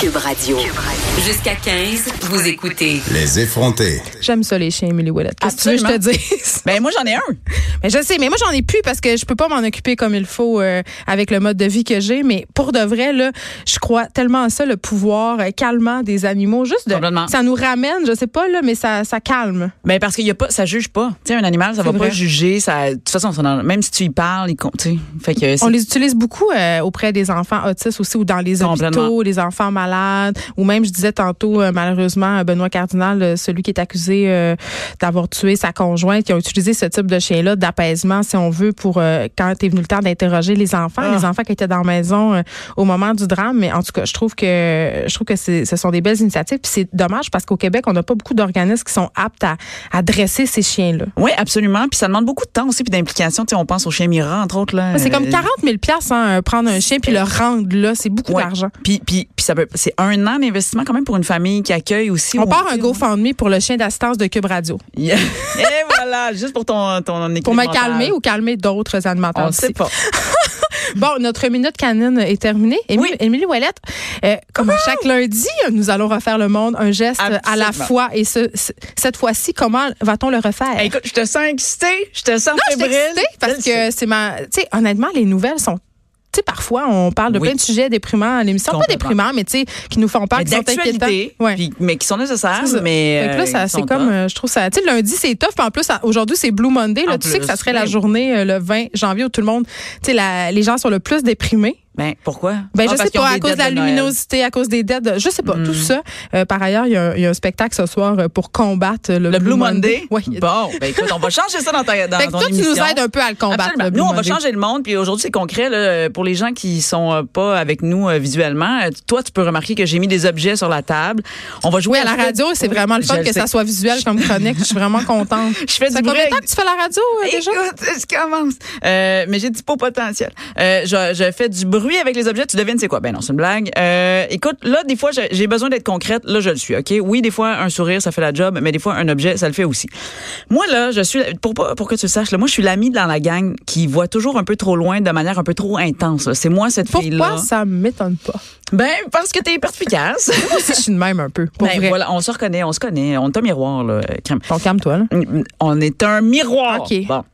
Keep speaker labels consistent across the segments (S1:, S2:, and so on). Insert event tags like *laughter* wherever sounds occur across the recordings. S1: Cube Radio. Jusqu'à 15, vous écoutez
S2: Les effronter.
S3: J'aime ça, les chiens, Emily Willett. Qu'est-ce que tu veux que je te
S4: Absolument.
S3: dise?
S4: *laughs* Ben moi j'en ai un.
S3: mais je sais, mais moi, j'en ai plus parce que je peux pas m'en occuper comme il faut euh, avec le mode de vie que j'ai. Mais pour de vrai, là, je crois tellement à ça, le pouvoir euh, calmant des animaux. Juste de.
S4: Complètement.
S3: Ça nous ramène, je sais pas, là, mais ça, ça calme.
S4: Ben parce qu'il y a pas, ça juge pas. Tu sais un animal ça va
S3: C'est vrai.
S4: pas juger. Ça, de toute façon c'est dans- même si tu y parles, il compte. Fait que c'est-
S3: On les utilise beaucoup euh, auprès des enfants autistes aussi ou dans les
S4: Complètement.
S3: hôpitaux, les enfants malades. Ou même, je disais tantôt, euh, malheureusement, euh, Benoît Cardinal, euh, celui qui est accusé euh, d'avoir tué sa conjointe, qui a utilisé ce type de chien-là d'apaisement, si on veut, pour euh, quand est venu le temps d'interroger les enfants,
S4: Ah.
S3: les enfants qui étaient dans la maison euh, au moment du drame. Mais en tout cas, je trouve que je trouve que c'est- ce sont des belles initiatives. Puis c'est dommage parce qu'au Québec, on n'a pas beaucoup d'organismes qui sont aptes à, à dresser ces chiens-là.
S4: Oui, absolument. Puis ça demande beaucoup de temps aussi, puis d'implication. Tu sais, on pense au chien Mira, entre autres. Là,
S3: C'est comme
S4: Euh,
S3: 40 000 hein, prendre un chien puis le rendre là. C'est beaucoup
S4: ouais.
S3: d'argent.
S4: Puis, puis, puis ça peut, c'est un an d'investissement quand même pour une famille qui accueille aussi.
S3: On
S4: Ou-
S3: part un
S4: *laughs*
S3: GoFundMe pour le chien d'assistance de Cube Radio.
S4: Et voilà, juste pour ton, ton équilibre
S3: Pour me
S4: mental.
S3: calmer ou calmer d'autres
S4: On
S3: animateurs.
S4: ne sait
S3: aussi.
S4: pas.
S3: Bon, notre minute canine est terminée. Émilie,
S4: Oui.
S3: Émilie Ouellette, euh, comme à chaque lundi, nous allons refaire le monde un geste à la
S4: Absolument.
S3: fois. Et ce- ce- cette fois-ci, comment va-t-on le refaire?
S4: Hey, écoute, je te sens excitée, je te sens
S3: Non, je
S4: fébrile.
S3: suis excitée parce que c'est ma. Tu sais, honnêtement, les nouvelles sont. Tu sais, parfois, on parle de
S4: Oui.
S3: plein de sujets déprimants à l'émission. Pas
S4: Complètement.
S3: déprimants, mais tu sais, qui nous font peur,
S4: Mais
S3: qui sont inquiétants.
S4: d'actualité,
S3: Ouais.
S4: puis- mais qui sont nécessaires,
S3: C'est ça.
S4: mais
S3: Fait que
S4: euh,
S3: là, ça,
S4: ils
S3: c'est
S4: sont
S3: comme,
S4: top.
S3: euh, je trouve ça, tu sais, lundi, c'est tough. Puis en plus, ça- aujourd'hui, c'est Blue Monday. Là,
S4: En
S3: tu sais que ça
S4: plus,
S3: serait la
S4: ben oui.
S3: journée, euh, le 20 janvier, où tout le monde, tu sais, la- les gens sont le plus déprimés.
S4: Ben, pourquoi?
S3: Ben,
S4: Ah,
S3: je
S4: parce
S3: sais
S4: qu'ils ont
S3: pas, à
S4: des
S3: cause de la
S4: dettes Noël. Hmm.
S3: luminosité, à cause des dettes, de- je sais pas, tout ça. Euh, par ailleurs, il y, a un- il y a un spectacle ce soir euh, pour combattre le,
S4: Le Blue Monday?
S3: Ouais.
S4: Bon, ben écoute, on va changer ça dans ta dans
S3: fait que
S4: ton
S3: toi, tu nous
S4: émission.
S3: aides un peu à le combattre.
S4: Absolument.
S3: le Blue
S4: nous, on va
S3: Monday.
S4: changer le monde. Puis aujourd'hui, c'est concret là, euh, pour les gens qui sont euh, pas avec nous euh, visuellement. euh, Toi, tu peux remarquer que j'ai mis des objets sur la table. On va
S3: Oui,
S4: jouer
S3: à la
S4: fait-
S3: radio, c'est
S4: Oui,
S3: vraiment le
S4: je
S3: fun que
S4: sais.
S3: ça soit visuel comme chronique. Je suis vraiment contente.
S4: *laughs* Je fais
S3: Ça fait
S4: du
S3: combien de
S4: bruit.
S3: temps que tu fais la radio euh, déjà?
S4: Écoute, je commence. Euh, mais j'ai du pot potentiel. Euh, je, je fais du bruit avec les objets. Tu devines c'est quoi? Ben non, c'est une blague. Euh, écoute, là, des fois, j'ai- j'ai besoin d'être concrète. Là, je le suis, OK? Oui, des fois, un sourire, ça fait la job, mais des fois, un objet, ça le fait aussi. Moi, là, je suis... Pour, pas- pour que tu le saches, là, moi, je suis l'ami dans la gang qui voit toujours un peu trop loin de manière un peu trop intense. là. C'est moi, cette
S3: Pourquoi
S4: fille-là.
S3: ça m'étonne pas?
S4: Ben, parce que t'es perspicace.
S3: Moi aussi, je suis de même un peu. Pour
S4: ben,
S3: vrai.
S4: voilà, on se reconnaît, on se connaît. On est un miroir, là, euh, crème.
S3: Bon, calme-toi, là.
S4: On est un miroir.
S3: OK.
S4: Bon.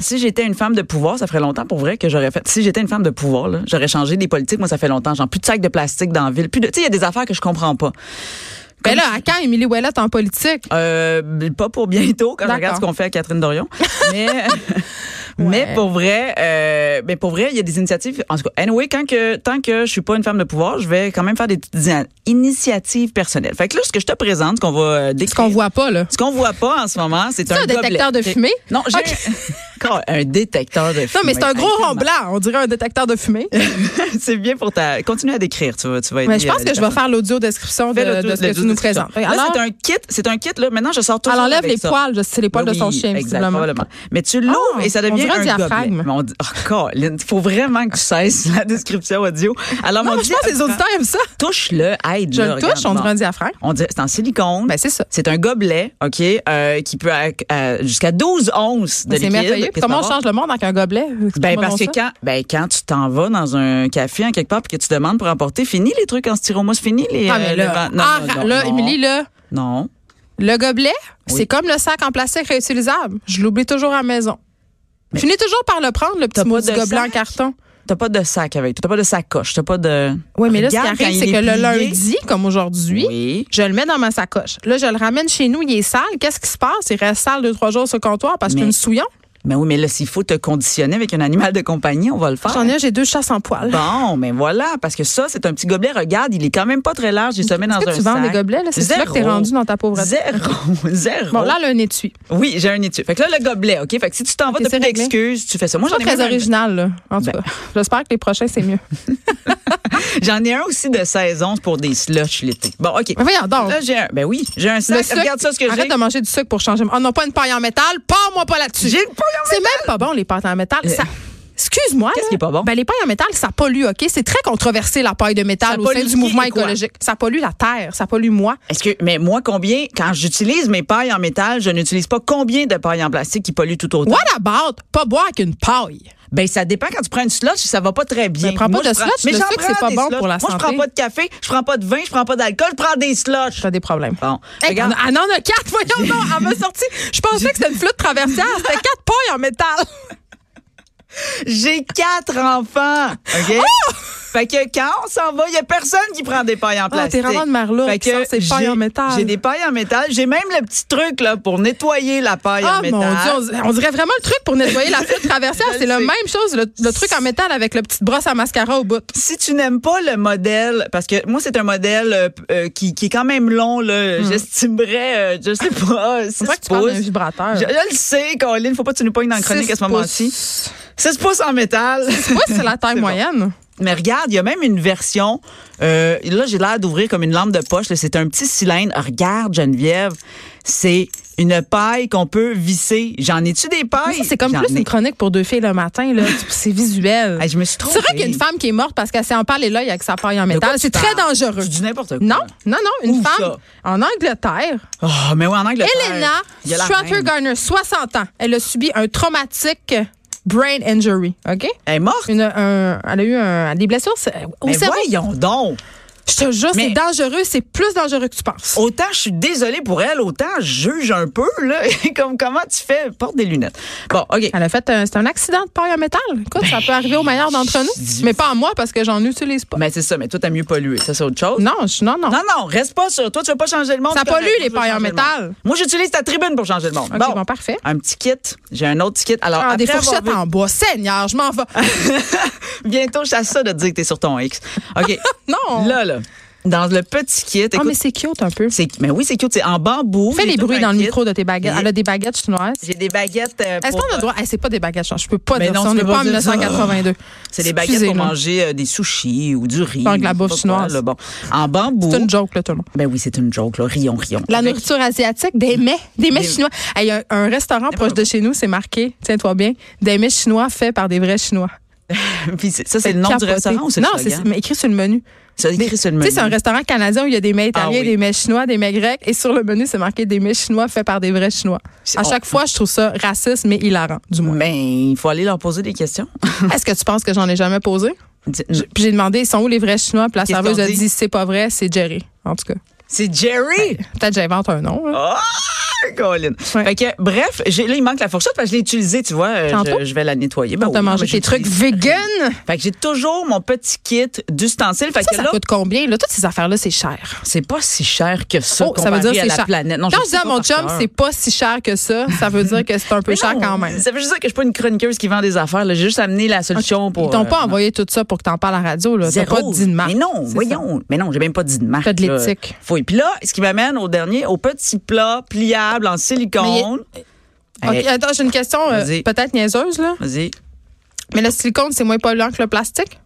S4: Si j'étais une femme de pouvoir, ça ferait longtemps pour vrai que j'aurais fait. Si j'étais une femme de pouvoir, là, j'aurais changé des politiques. Moi, ça fait longtemps. Genre, plus de sacs de plastique dans la ville. Plus de. Tu sais, il y a des affaires que je comprends pas.
S3: Ben là, à quand Émilie Ouellette en politique?
S4: Euh, pas pour bientôt quand je
S3: D'accord.
S4: regarde ce qu'on fait à Catherine
S3: *laughs*
S4: Dorion. mais mais pour vrai, euh, mais pour vrai, il y a des initiatives. En tout cas, anyway, quand que tant que je suis pas une femme de pouvoir, je vais quand même faire des petites in- initiatives personnelles. Fait que là, ce que je te présente, ce qu'on va euh,
S3: Ce qu'on
S4: décrire,
S3: voit pas, là.
S4: ce qu'on voit pas en ce moment, c'est
S3: C'est
S4: un,
S3: un détecteur
S4: gobelet.
S3: de fumée?
S4: Non, j'ai
S3: Ok. *laughs*
S4: Encore un détecteur de fumée.
S3: Non, mais c'est un gros
S4: Hey,
S3: rond blanc. On dirait un détecteur de fumée.
S4: c'est bien pour ta. Continue à décrire. Tu vas, tu vas
S3: Mais
S4: aider,
S3: je pense
S4: euh,
S3: que
S4: les
S3: je vais faire l'audio description de,
S4: Fais le
S3: de
S4: tout-
S3: ce que
S4: le
S3: tu
S4: tout-
S3: nous
S4: tout ça.
S3: présentes.
S4: Là,
S3: Alors,
S4: c'est un kit, c'est un kit là. Maintenant, je sors tout.
S3: elle enlève les poils. je- C'est les poils de son chien,
S4: exactement.
S3: visiblement.
S4: Mais tu l'ouvres
S3: Ah,
S4: et ça devient
S3: on dirait un
S4: un
S3: diaphragme.
S4: gobelet. Mais on dit- oh, Colin, faut vraiment que tu cesses la description audio. Alors,
S3: Non,
S4: on
S3: mais
S4: dit,
S3: je pense que les auditeurs aiment ça.
S4: touche-le, aide
S3: Je le touche, on dirait un diaphragme.
S4: on dirait, c'est en silicone.
S3: Ben, c'est ça.
S4: c'est un gobelet, OK, euh, qui peut ac- euh, jusqu'à 12 onces de
S3: C'est
S4: liquide.
S3: merveilleux.
S4: Qu'est-ce
S3: Comment
S4: qu'on
S3: on
S4: va
S3: change le monde avec un gobelet?
S4: Ben
S3: Explique-moi
S4: parce que
S3: donc ça.
S4: quand ben quand tu t'en vas dans un café en quelque part puis que tu demandes pour emporter, fini les trucs en styromousse, fini les
S3: Ah,
S4: euh,
S3: mais
S4: le
S3: là,
S4: vent- non,
S3: ah,
S4: non, non,
S3: là,
S4: non.
S3: Émilie, là,
S4: Non.
S3: le gobelet,
S4: Oui.
S3: c'est comme le sac en plastique réutilisable. Je l'oublie toujours à la maison. Finis toujours par le prendre, le petit
S4: T'as pas
S3: maudit
S4: de
S3: gobelet en
S4: sac?
S3: carton.
S4: T'as pas de sac avec, toi, t'as pas de sacoche, t'as pas de
S3: Oui, mais là, ce qui
S4: Regarde
S3: arrive,
S4: quand
S3: c'est
S4: il
S3: que
S4: est
S3: le
S4: plié.
S3: lundi, comme aujourd'hui,
S4: Oui.
S3: je le mets dans ma sacoche. Là, je le ramène chez nous, il est sale. Qu'est-ce qui se passe? Il reste sale deux, trois jours sur le comptoir parce que je
S4: Mais-
S3: me souillon.
S4: Mais Ben oui, mais là s'il faut te conditionner avec un animal de compagnie, on va le faire.
S3: J'en ai un, j'ai deux chasses en poil.
S4: Ah. Bon, mais voilà, parce que ça, c'est un petit gobelet. Regarde, il est quand même pas très large. Il se met dans
S3: Est-ce
S4: un
S3: que tu vends
S4: sac.
S3: des gobelets? là? C'est là que t'es
S4: Zéro.
S3: rendu dans ta pauvreté.
S4: Zéro, zéro.
S3: *laughs* Bon, là, elle a un étui.
S4: oui, j'ai un étui. Fait que là, le gobelet, OK? Fait que si tu t'en
S3: Ok,
S4: vas,
S3: c'est
S4: t'as plus
S3: réglé.
S4: d'excuses, tu fais ça. Moi, j'en
S3: Pas
S4: ai
S3: très
S4: même un-
S3: original, là, en tout
S4: Ben.
S3: cas. J'espère que les prochains, c'est
S4: *laughs*
S3: mieux.
S4: J'en ai un aussi de 16 onces pour des slushs l'été. Bon, OK.
S3: Mais voyons donc.
S4: Là, j'ai un. Ben oui, j'ai un
S3: Le
S4: sac.
S3: sucre-
S4: Regarde ça ce que j'ai.
S3: Arrête de manger du sucre pour changer. Oh non, pas une paille en métal. Pars-moi pas là-dessus.
S4: J'ai une paille en Euh.
S3: C'est même pas bon, les pailles en métal. Ça- Excuse-moi.
S4: Qu'est-ce
S3: là.
S4: qui est pas bon?
S3: Ben, les pailles en métal, ça pollue, OK? C'est très controversé, la paille de métal
S4: Ça
S3: au sein
S4: pollue
S3: du
S4: qui
S3: mouvement
S4: et quoi?
S3: écologique. Ça pollue la terre, ça pollue moi.
S4: Est-ce que, mais moi, combien, quand j'utilise mes pailles en métal, je n'utilise pas combien de pailles en plastique qui polluent tout autant?
S3: What about pas boire qu'une paille?
S4: Ben, ça dépend quand tu prends une slotch, ça va pas très bien.
S3: Mais prends pas
S4: Moi,
S3: de
S4: je prends-
S3: slotch,
S4: mais
S3: le
S4: j'en
S3: sucre,
S4: prends
S3: c'est pas
S4: des
S3: bon
S4: slotches.
S3: pour la
S4: Moi, je prends
S3: santé.
S4: pas de café, je prends pas de vin, je prends pas d'alcool, je prends des slotches.
S3: T'as des problèmes.
S4: Bon,
S3: Hey,
S4: regarde.
S3: on- ah non, on a quatre, voyons donc, elle m'a sorti. Je pensais que c'était une flûte traversière, c'était quatre pailles en métal.
S4: J'ai quatre enfants. OK?
S3: Oh!
S4: Fait que quand on s'en va, il n'y a personne qui prend des pailles en
S3: Ah, t'es
S4: plastique.
S3: vraiment de marlotte
S4: Fait
S3: qui sort ses pailles
S4: j'ai-
S3: en métal.
S4: J'ai des pailles en métal. J'ai même le petit truc là, pour nettoyer la paille
S3: Ah
S4: en métal.
S3: mon dieu, on, on dirait vraiment le truc pour nettoyer la flûte traversière,
S4: *laughs*
S3: c'est
S4: Je le
S3: la
S4: sais.
S3: même chose, le, le truc en métal avec le petite brosse à mascara au bout.
S4: si tu n'aimes pas le modèle, parce que moi, c'est un modèle euh, p- euh, qui, qui est quand même long, là, j'estimerais, euh, je sais
S3: *laughs*
S4: pas, 6
S3: C'est vrai Hmm. que tu parles d'un
S4: pouces.
S3: vibrateur.
S4: Je, je le sais, Colin, faut pas que tu nous pognes dans le chronique
S3: Six
S4: à ce moment-ci.
S3: pouces.
S4: 6 pouces en métal.
S3: Ouais, c'est
S4: *laughs*
S3: la taille
S4: bon.
S3: moyenne.
S4: Mais regarde, il y a même une version. euh, là, j'ai l'air d'ouvrir comme une lampe de poche. là. C'est un petit cylindre. Regarde, Geneviève, c'est une paille qu'on peut visser. J'en ai-tu des
S3: Mais
S4: pailles?
S3: ça, c'est comme
S4: J'en
S3: plus
S4: ai.
S3: une chronique pour deux filles le matin, là. Tu- c'est visuel.
S4: Hey, je me suis trompée.
S3: C'est vrai qu'il y a une femme qui est morte parce qu'elle s'est empalée l'œil avec sa paille en
S4: De quoi
S3: métal.
S4: tu
S3: C'est très
S4: parles?
S3: dangereux.
S4: Tu dis n'importe quoi.
S3: Non, non, non, une
S4: Où
S3: femme
S4: ça?
S3: en Angleterre,
S4: Oh, mais oui, en Angleterre.
S3: Elena
S4: il y a la
S3: Strater
S4: reine.
S3: Garner, 60 ans, elle a subi un traumatique brain injury, OK?
S4: Elle est morte.
S3: Une, un- elle a eu un- des blessures c'est- au
S4: Mais
S3: cerveau.
S4: Ben voyons donc.
S3: Je te jure, c'est
S4: Mais-
S3: dangereux, c'est plus dangereux que tu penses.
S4: Autant je suis désolée pour elle, autant je juge un peu, là. *laughs* comme comment tu fais? Porte des lunettes. Bon, OK.
S3: Elle a fait un, c'était un accident de paille en métal. Écoute, ça peut arriver au meilleur d'entre
S4: Ben, dis-
S3: nous, mais pas à moi parce que j'en utilise pas.
S4: Mais c'est ça, mais toi, t'as mieux pollué. Ça, c'est autre chose.
S3: Non, je, non, non.
S4: Non, non, reste pas sur toi. Tu vas pas changer le monde.
S3: Ça
S4: tu
S3: pollue,
S4: connais,
S3: les
S4: tu veux
S3: pailles en
S4: changer le
S3: métal.
S4: monde. Moi, j'utilise ta tribune pour changer le monde.
S3: OK,
S4: bon.
S3: bon, parfait.
S4: Un petit kit. J'ai un autre petit kit. Alors,
S3: Ah, des
S4: après avoir
S3: fourchettes en bois. Seigneur, je m'en
S4: *laughs*
S3: vais.
S4: vu- Bientôt, je chasse ça de te dire que t'es sur ton X.
S3: *laughs*
S4: OK.
S3: Non.
S4: là, là. Dans le petit kit.
S3: Ah,
S4: Écoute,
S3: mais c'est cute un peu.
S4: c'est, mais oui, c'est cute. C'est en bambou.
S3: Fais
S4: J'ai
S3: les
S4: tout
S3: bruits
S4: un
S3: dans le
S4: kit.
S3: micro de tes baguettes.
S4: J'ai-
S3: Elle a des baguettes chinoises.
S4: J'ai des baguettes. euh,
S3: Est-ce
S4: pour,
S3: qu'on a le droit? Eh, c'est pas des baguettes chinoises. Je peux pas
S4: Mais
S3: dire
S4: non,
S3: ça.
S4: tu
S3: On n'est
S4: peux
S3: pas
S4: pas
S3: en
S4: dire ça.
S3: 1982.
S4: C'est des baguettes
S3: Excusez,
S4: pour
S3: là.
S4: manger euh, des sushis ou du riz.
S3: Pas avec la
S4: ou je sais
S3: bouffe
S4: pas quoi,
S3: chinoise.
S4: là, bon. En bambou.
S3: C'est une joke, là, tout le monde.
S4: Ben oui, c'est une joke, là. Rion, rion. *laughs*
S3: La
S4: Avec-
S3: nourriture asiatique, des mets, des mets
S4: Des-
S3: chinois. Hey, Il y a un, un restaurant proche de chez nous, c'est marqué, tiens-toi bien, des mets chinois faits par des vrais chinois.
S4: Puis c'est- ça, c'est le nom du
S3: Capoté.
S4: restaurant ou c'est
S3: Non,
S4: le
S3: c'est
S4: slogan?
S3: mais écrit sur le menu.
S4: Ça écrit sur
S3: Tu
S4: le menu. Ah
S3: sais, c'est un restaurant canadien où il y a des mets italiens,
S4: oui.
S3: des mets chinois, des mets grecs, et sur le menu, c'est marqué des mets chinois faits par des vrais chinois.
S4: C'est-
S3: À
S4: on-
S3: chaque fois, je trouve ça raciste, mais hilarant, du
S4: *laughs*
S3: moins.
S4: Mais Ben, il faut aller leur poser des questions.
S3: Est-ce que tu penses que j'en ai jamais posé?
S4: Dis-
S3: J- Puis j'ai demandé, ils sont où les vrais Chinois? Puis la
S4: Qu'est-ce
S3: serveuse
S4: qu'on
S3: a
S4: dit?
S3: dit, c'est pas vrai, c'est Jerry. En tout cas,
S4: C'est Jerry!
S3: peut-être j'invente un nom. là.
S4: Ah, *laughs* Colin.
S3: Ouais.
S4: Fait que, bref, j'ai- là, il manque la fourchette parce que je l'ai utilisée, tu vois. euh,
S3: Tantôt.
S4: Je, je vais la nettoyer. Ben
S3: Quand
S4: oui,
S3: t'as
S4: non,
S3: mangé
S4: mais
S3: tes trucs
S4: j'utilise-
S3: vegan,
S4: Fait que j'ai toujours mon petit kit d'ustensiles. Fait
S3: ça,
S4: que
S3: ça
S4: là,
S3: coûte combien? Là, toutes ces affaires-là, c'est cher.
S4: c'est pas si cher que ça.
S3: Oh, ça veut
S4: comparé
S3: dire
S4: à
S3: c'est
S4: la
S3: cher.
S4: planète. Non,
S3: quand je
S4: sais
S3: dis à
S4: pas
S3: mon
S4: par
S3: chum,
S4: cœur.
S3: c'est pas si cher que ça, ça veut dire que
S4: *laughs*
S3: c'est un peu
S4: Mais
S3: cher
S4: non,
S3: quand même. Ah,
S4: Ça veut juste dire que je suis pas une chroniqueuse qui vend des affaires. là. J'ai juste amené la solution pour.
S3: Ils t'ont
S4: euh,
S3: pas envoyé tout ça pour que t'en parles à la radio. là. T'as
S4: Zéro.
S3: pas dit de marque.
S4: Mais non,
S3: C'est ça.
S4: voyons. Mais non, j'ai même pas dit de marque.
S3: T'as de
S4: là.
S3: l'éthique.
S4: Faut- Et puis là, ce qui m'amène au dernier, au petit plat pliable en silicone.
S3: OK,
S4: Hey,
S3: attends, j'ai une question euh,
S4: Vas-y.
S3: peut-être niaiseuse. là.
S4: Vas-y.
S3: Mais le silicone, c'est moins polluant que le plastique?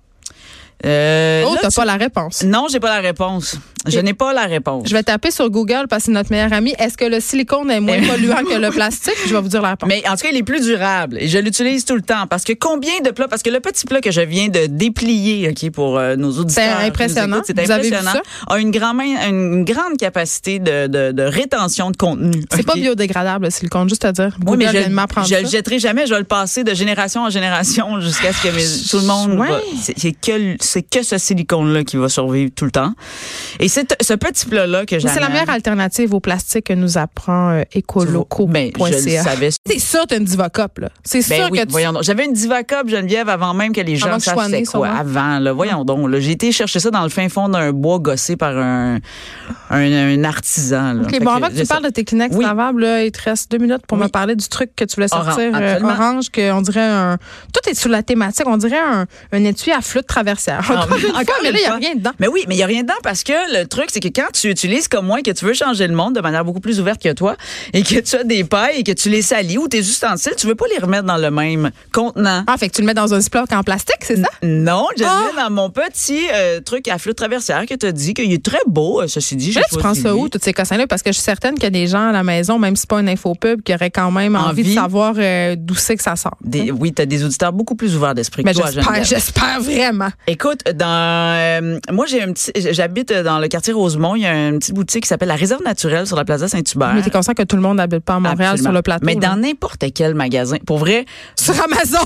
S4: Euh,
S3: oh,
S4: là,
S3: t'as
S4: tu-
S3: pas la réponse.
S4: Non, j'ai pas la réponse. Je n'ai pas la réponse.
S3: Je vais taper sur Google parce que c'est notre meilleur ami. Est-ce que le silicone est moins polluant que le plastique? Je vais vous dire la réponse.
S4: Mais en tout cas, il est plus durable et je l'utilise tout le temps parce que combien de plats parce que le petit plat que je viens de déplier, OK pour euh, nos auditeurs. qui nous
S3: impressionnant.
S4: écoutent, C'est
S3: Vous avez vu
S4: impressionnant. A une grande une grande capacité de, de, de rétention de contenu.
S3: C'est pas
S4: OK?
S3: biodégradable, le silicone, juste à dire.
S4: Oui,
S3: Google
S4: mais je,
S3: vient de m'apprendre
S4: je
S3: ça.
S4: le jetterai jamais. Je vais le passer de génération en génération *laughs* jusqu'à ce que mes- tout le monde.
S3: Ouais.
S4: va- c'est- C'est que, le- c'est que ce silicone-là qui va survivre tout le temps. Et c'est ce petit plat-là que
S3: Mais
S4: j'amène.
S3: c'est la meilleure alternative au plastique que nous apprend euh,
S4: Mais je le
S3: ecoloco.ca.
S4: savais.
S3: C'est sûr, t'as une divacop, là. C'est
S4: Ben
S3: sûr
S4: oui,
S3: que tu.
S4: voyons donc. J'avais une Divacop, Geneviève, avant même que les gens
S3: Avant que je sois
S4: sachent c'est
S3: née,
S4: quoi.
S3: sûrement.
S4: Avant, là, voyons donc. là. J'ai été chercher ça dans le fin fond d'un bois gossé par un, un, un artisan. Là. Fait
S3: OK, bon, avant que
S4: j'ai
S3: tu
S4: ça.
S3: parles de tes Kleenex
S4: Oui.
S3: lavables, là, il te reste deux minutes pour
S4: Oui.
S3: me parler du truc que tu voulais
S4: Orange,
S3: sortir euh,
S4: absolument.
S3: orange, qu'on dirait un. Tout est sur la thématique. On dirait un, un étui à flûte traversière.
S4: Ah,
S3: Encore une fois, mais là, il n'y a
S4: fois.
S3: rien dedans.
S4: Mais oui, mais il n'y a rien dedans parce que le truc, c'est que quand tu utilises comme moi, que tu veux changer le monde de manière beaucoup plus ouverte que toi, et que tu as des pailles et que tu les salis ou tes ustensiles, tu veux pas les remettre dans le même contenant.
S3: Ah, fait que tu le mets dans un Ziploc en plastique, c'est ça?
S4: Non, je
S3: Ah!
S4: le mets dans mon petit euh, truc à flûte traversière que tu as dit, qu'il est très beau, euh, ceci dit.
S3: Mais
S4: j'ai
S3: là, tu prends
S4: choisi.
S3: ça où, tous ces cossins-là? Parce que je suis certaine qu'il y a des gens à la maison, même si c'est pas une infopub, qui auraient quand même envie,
S4: Envie.
S3: de savoir euh, d'où c'est que ça sort.
S4: Des- oui, tu as des auditeurs beaucoup plus ouverts d'esprit que
S3: Hein? Mais
S4: toi,
S3: j'espère,
S4: Geneviève.
S3: j'espère vraiment.
S4: Écoute, dans, euh, moi, j'ai un petit, j'habite dans le quartier Rosemont, il y a une petite boutique qui s'appelle La Réserve naturelle sur la Plaza Saint-Hubert.
S3: Mais t'es conscient que tout le monde n'habite pas à Montréal
S4: Absolument.
S3: sur le plateau.
S4: Mais
S3: là.
S4: dans n'importe quel magasin. Pour vrai,
S3: *laughs* Sur Amazon.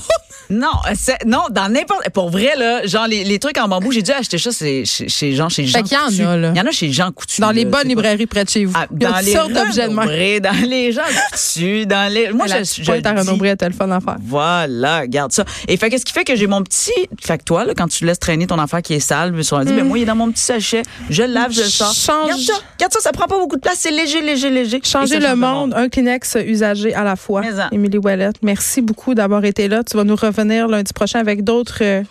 S4: non, c'est- non, dans n'importe. Pour vrai, là, genre, les, les trucs en bambou, j'ai dû acheter ça chez, chez, chez Jean, chez Jean.
S3: qu'il y en
S4: Coutu.
S3: a, là.
S4: Il y en a chez Jean Coutu.
S3: dans les
S4: là,
S3: bonnes
S4: c'est-
S3: librairies près de chez vous.
S4: Ah,
S3: Il y a
S4: dans
S3: toutes
S4: les
S3: sortes d'objets de main.
S4: renombrés, dans les gens Coutu, dans les. Moi,
S3: La
S4: je,
S3: petite
S4: je
S3: pointe à
S4: le dis.
S3: renombré à tel fun à faire.
S4: Voilà, garde ça. Et fait qu'est-ce qui fait que j'ai mon petit. Fait que toi, là, quand tu laisses traîner ton affaire qui est sale, sur un dit, ben moi, il est dans mon petit sachet, je le lave, je le sors.
S3: Change-
S4: Garde ça, garde ça, ça prend pas beaucoup de place, c'est léger, léger, léger.
S3: Changer
S4: Et ça
S3: le
S4: change
S3: monde, un Kleenex usagé à la fois.
S4: Mais en-
S3: Émilie Ouellette, merci beaucoup d'avoir été là. Tu vas nous revenir lundi prochain avec d'autres euh,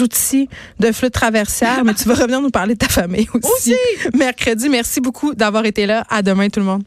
S3: outils de flux traversière,
S4: *laughs*
S3: mais tu vas revenir nous parler de ta famille aussi. Mercredi, merci beaucoup d'avoir été là. À demain tout le monde.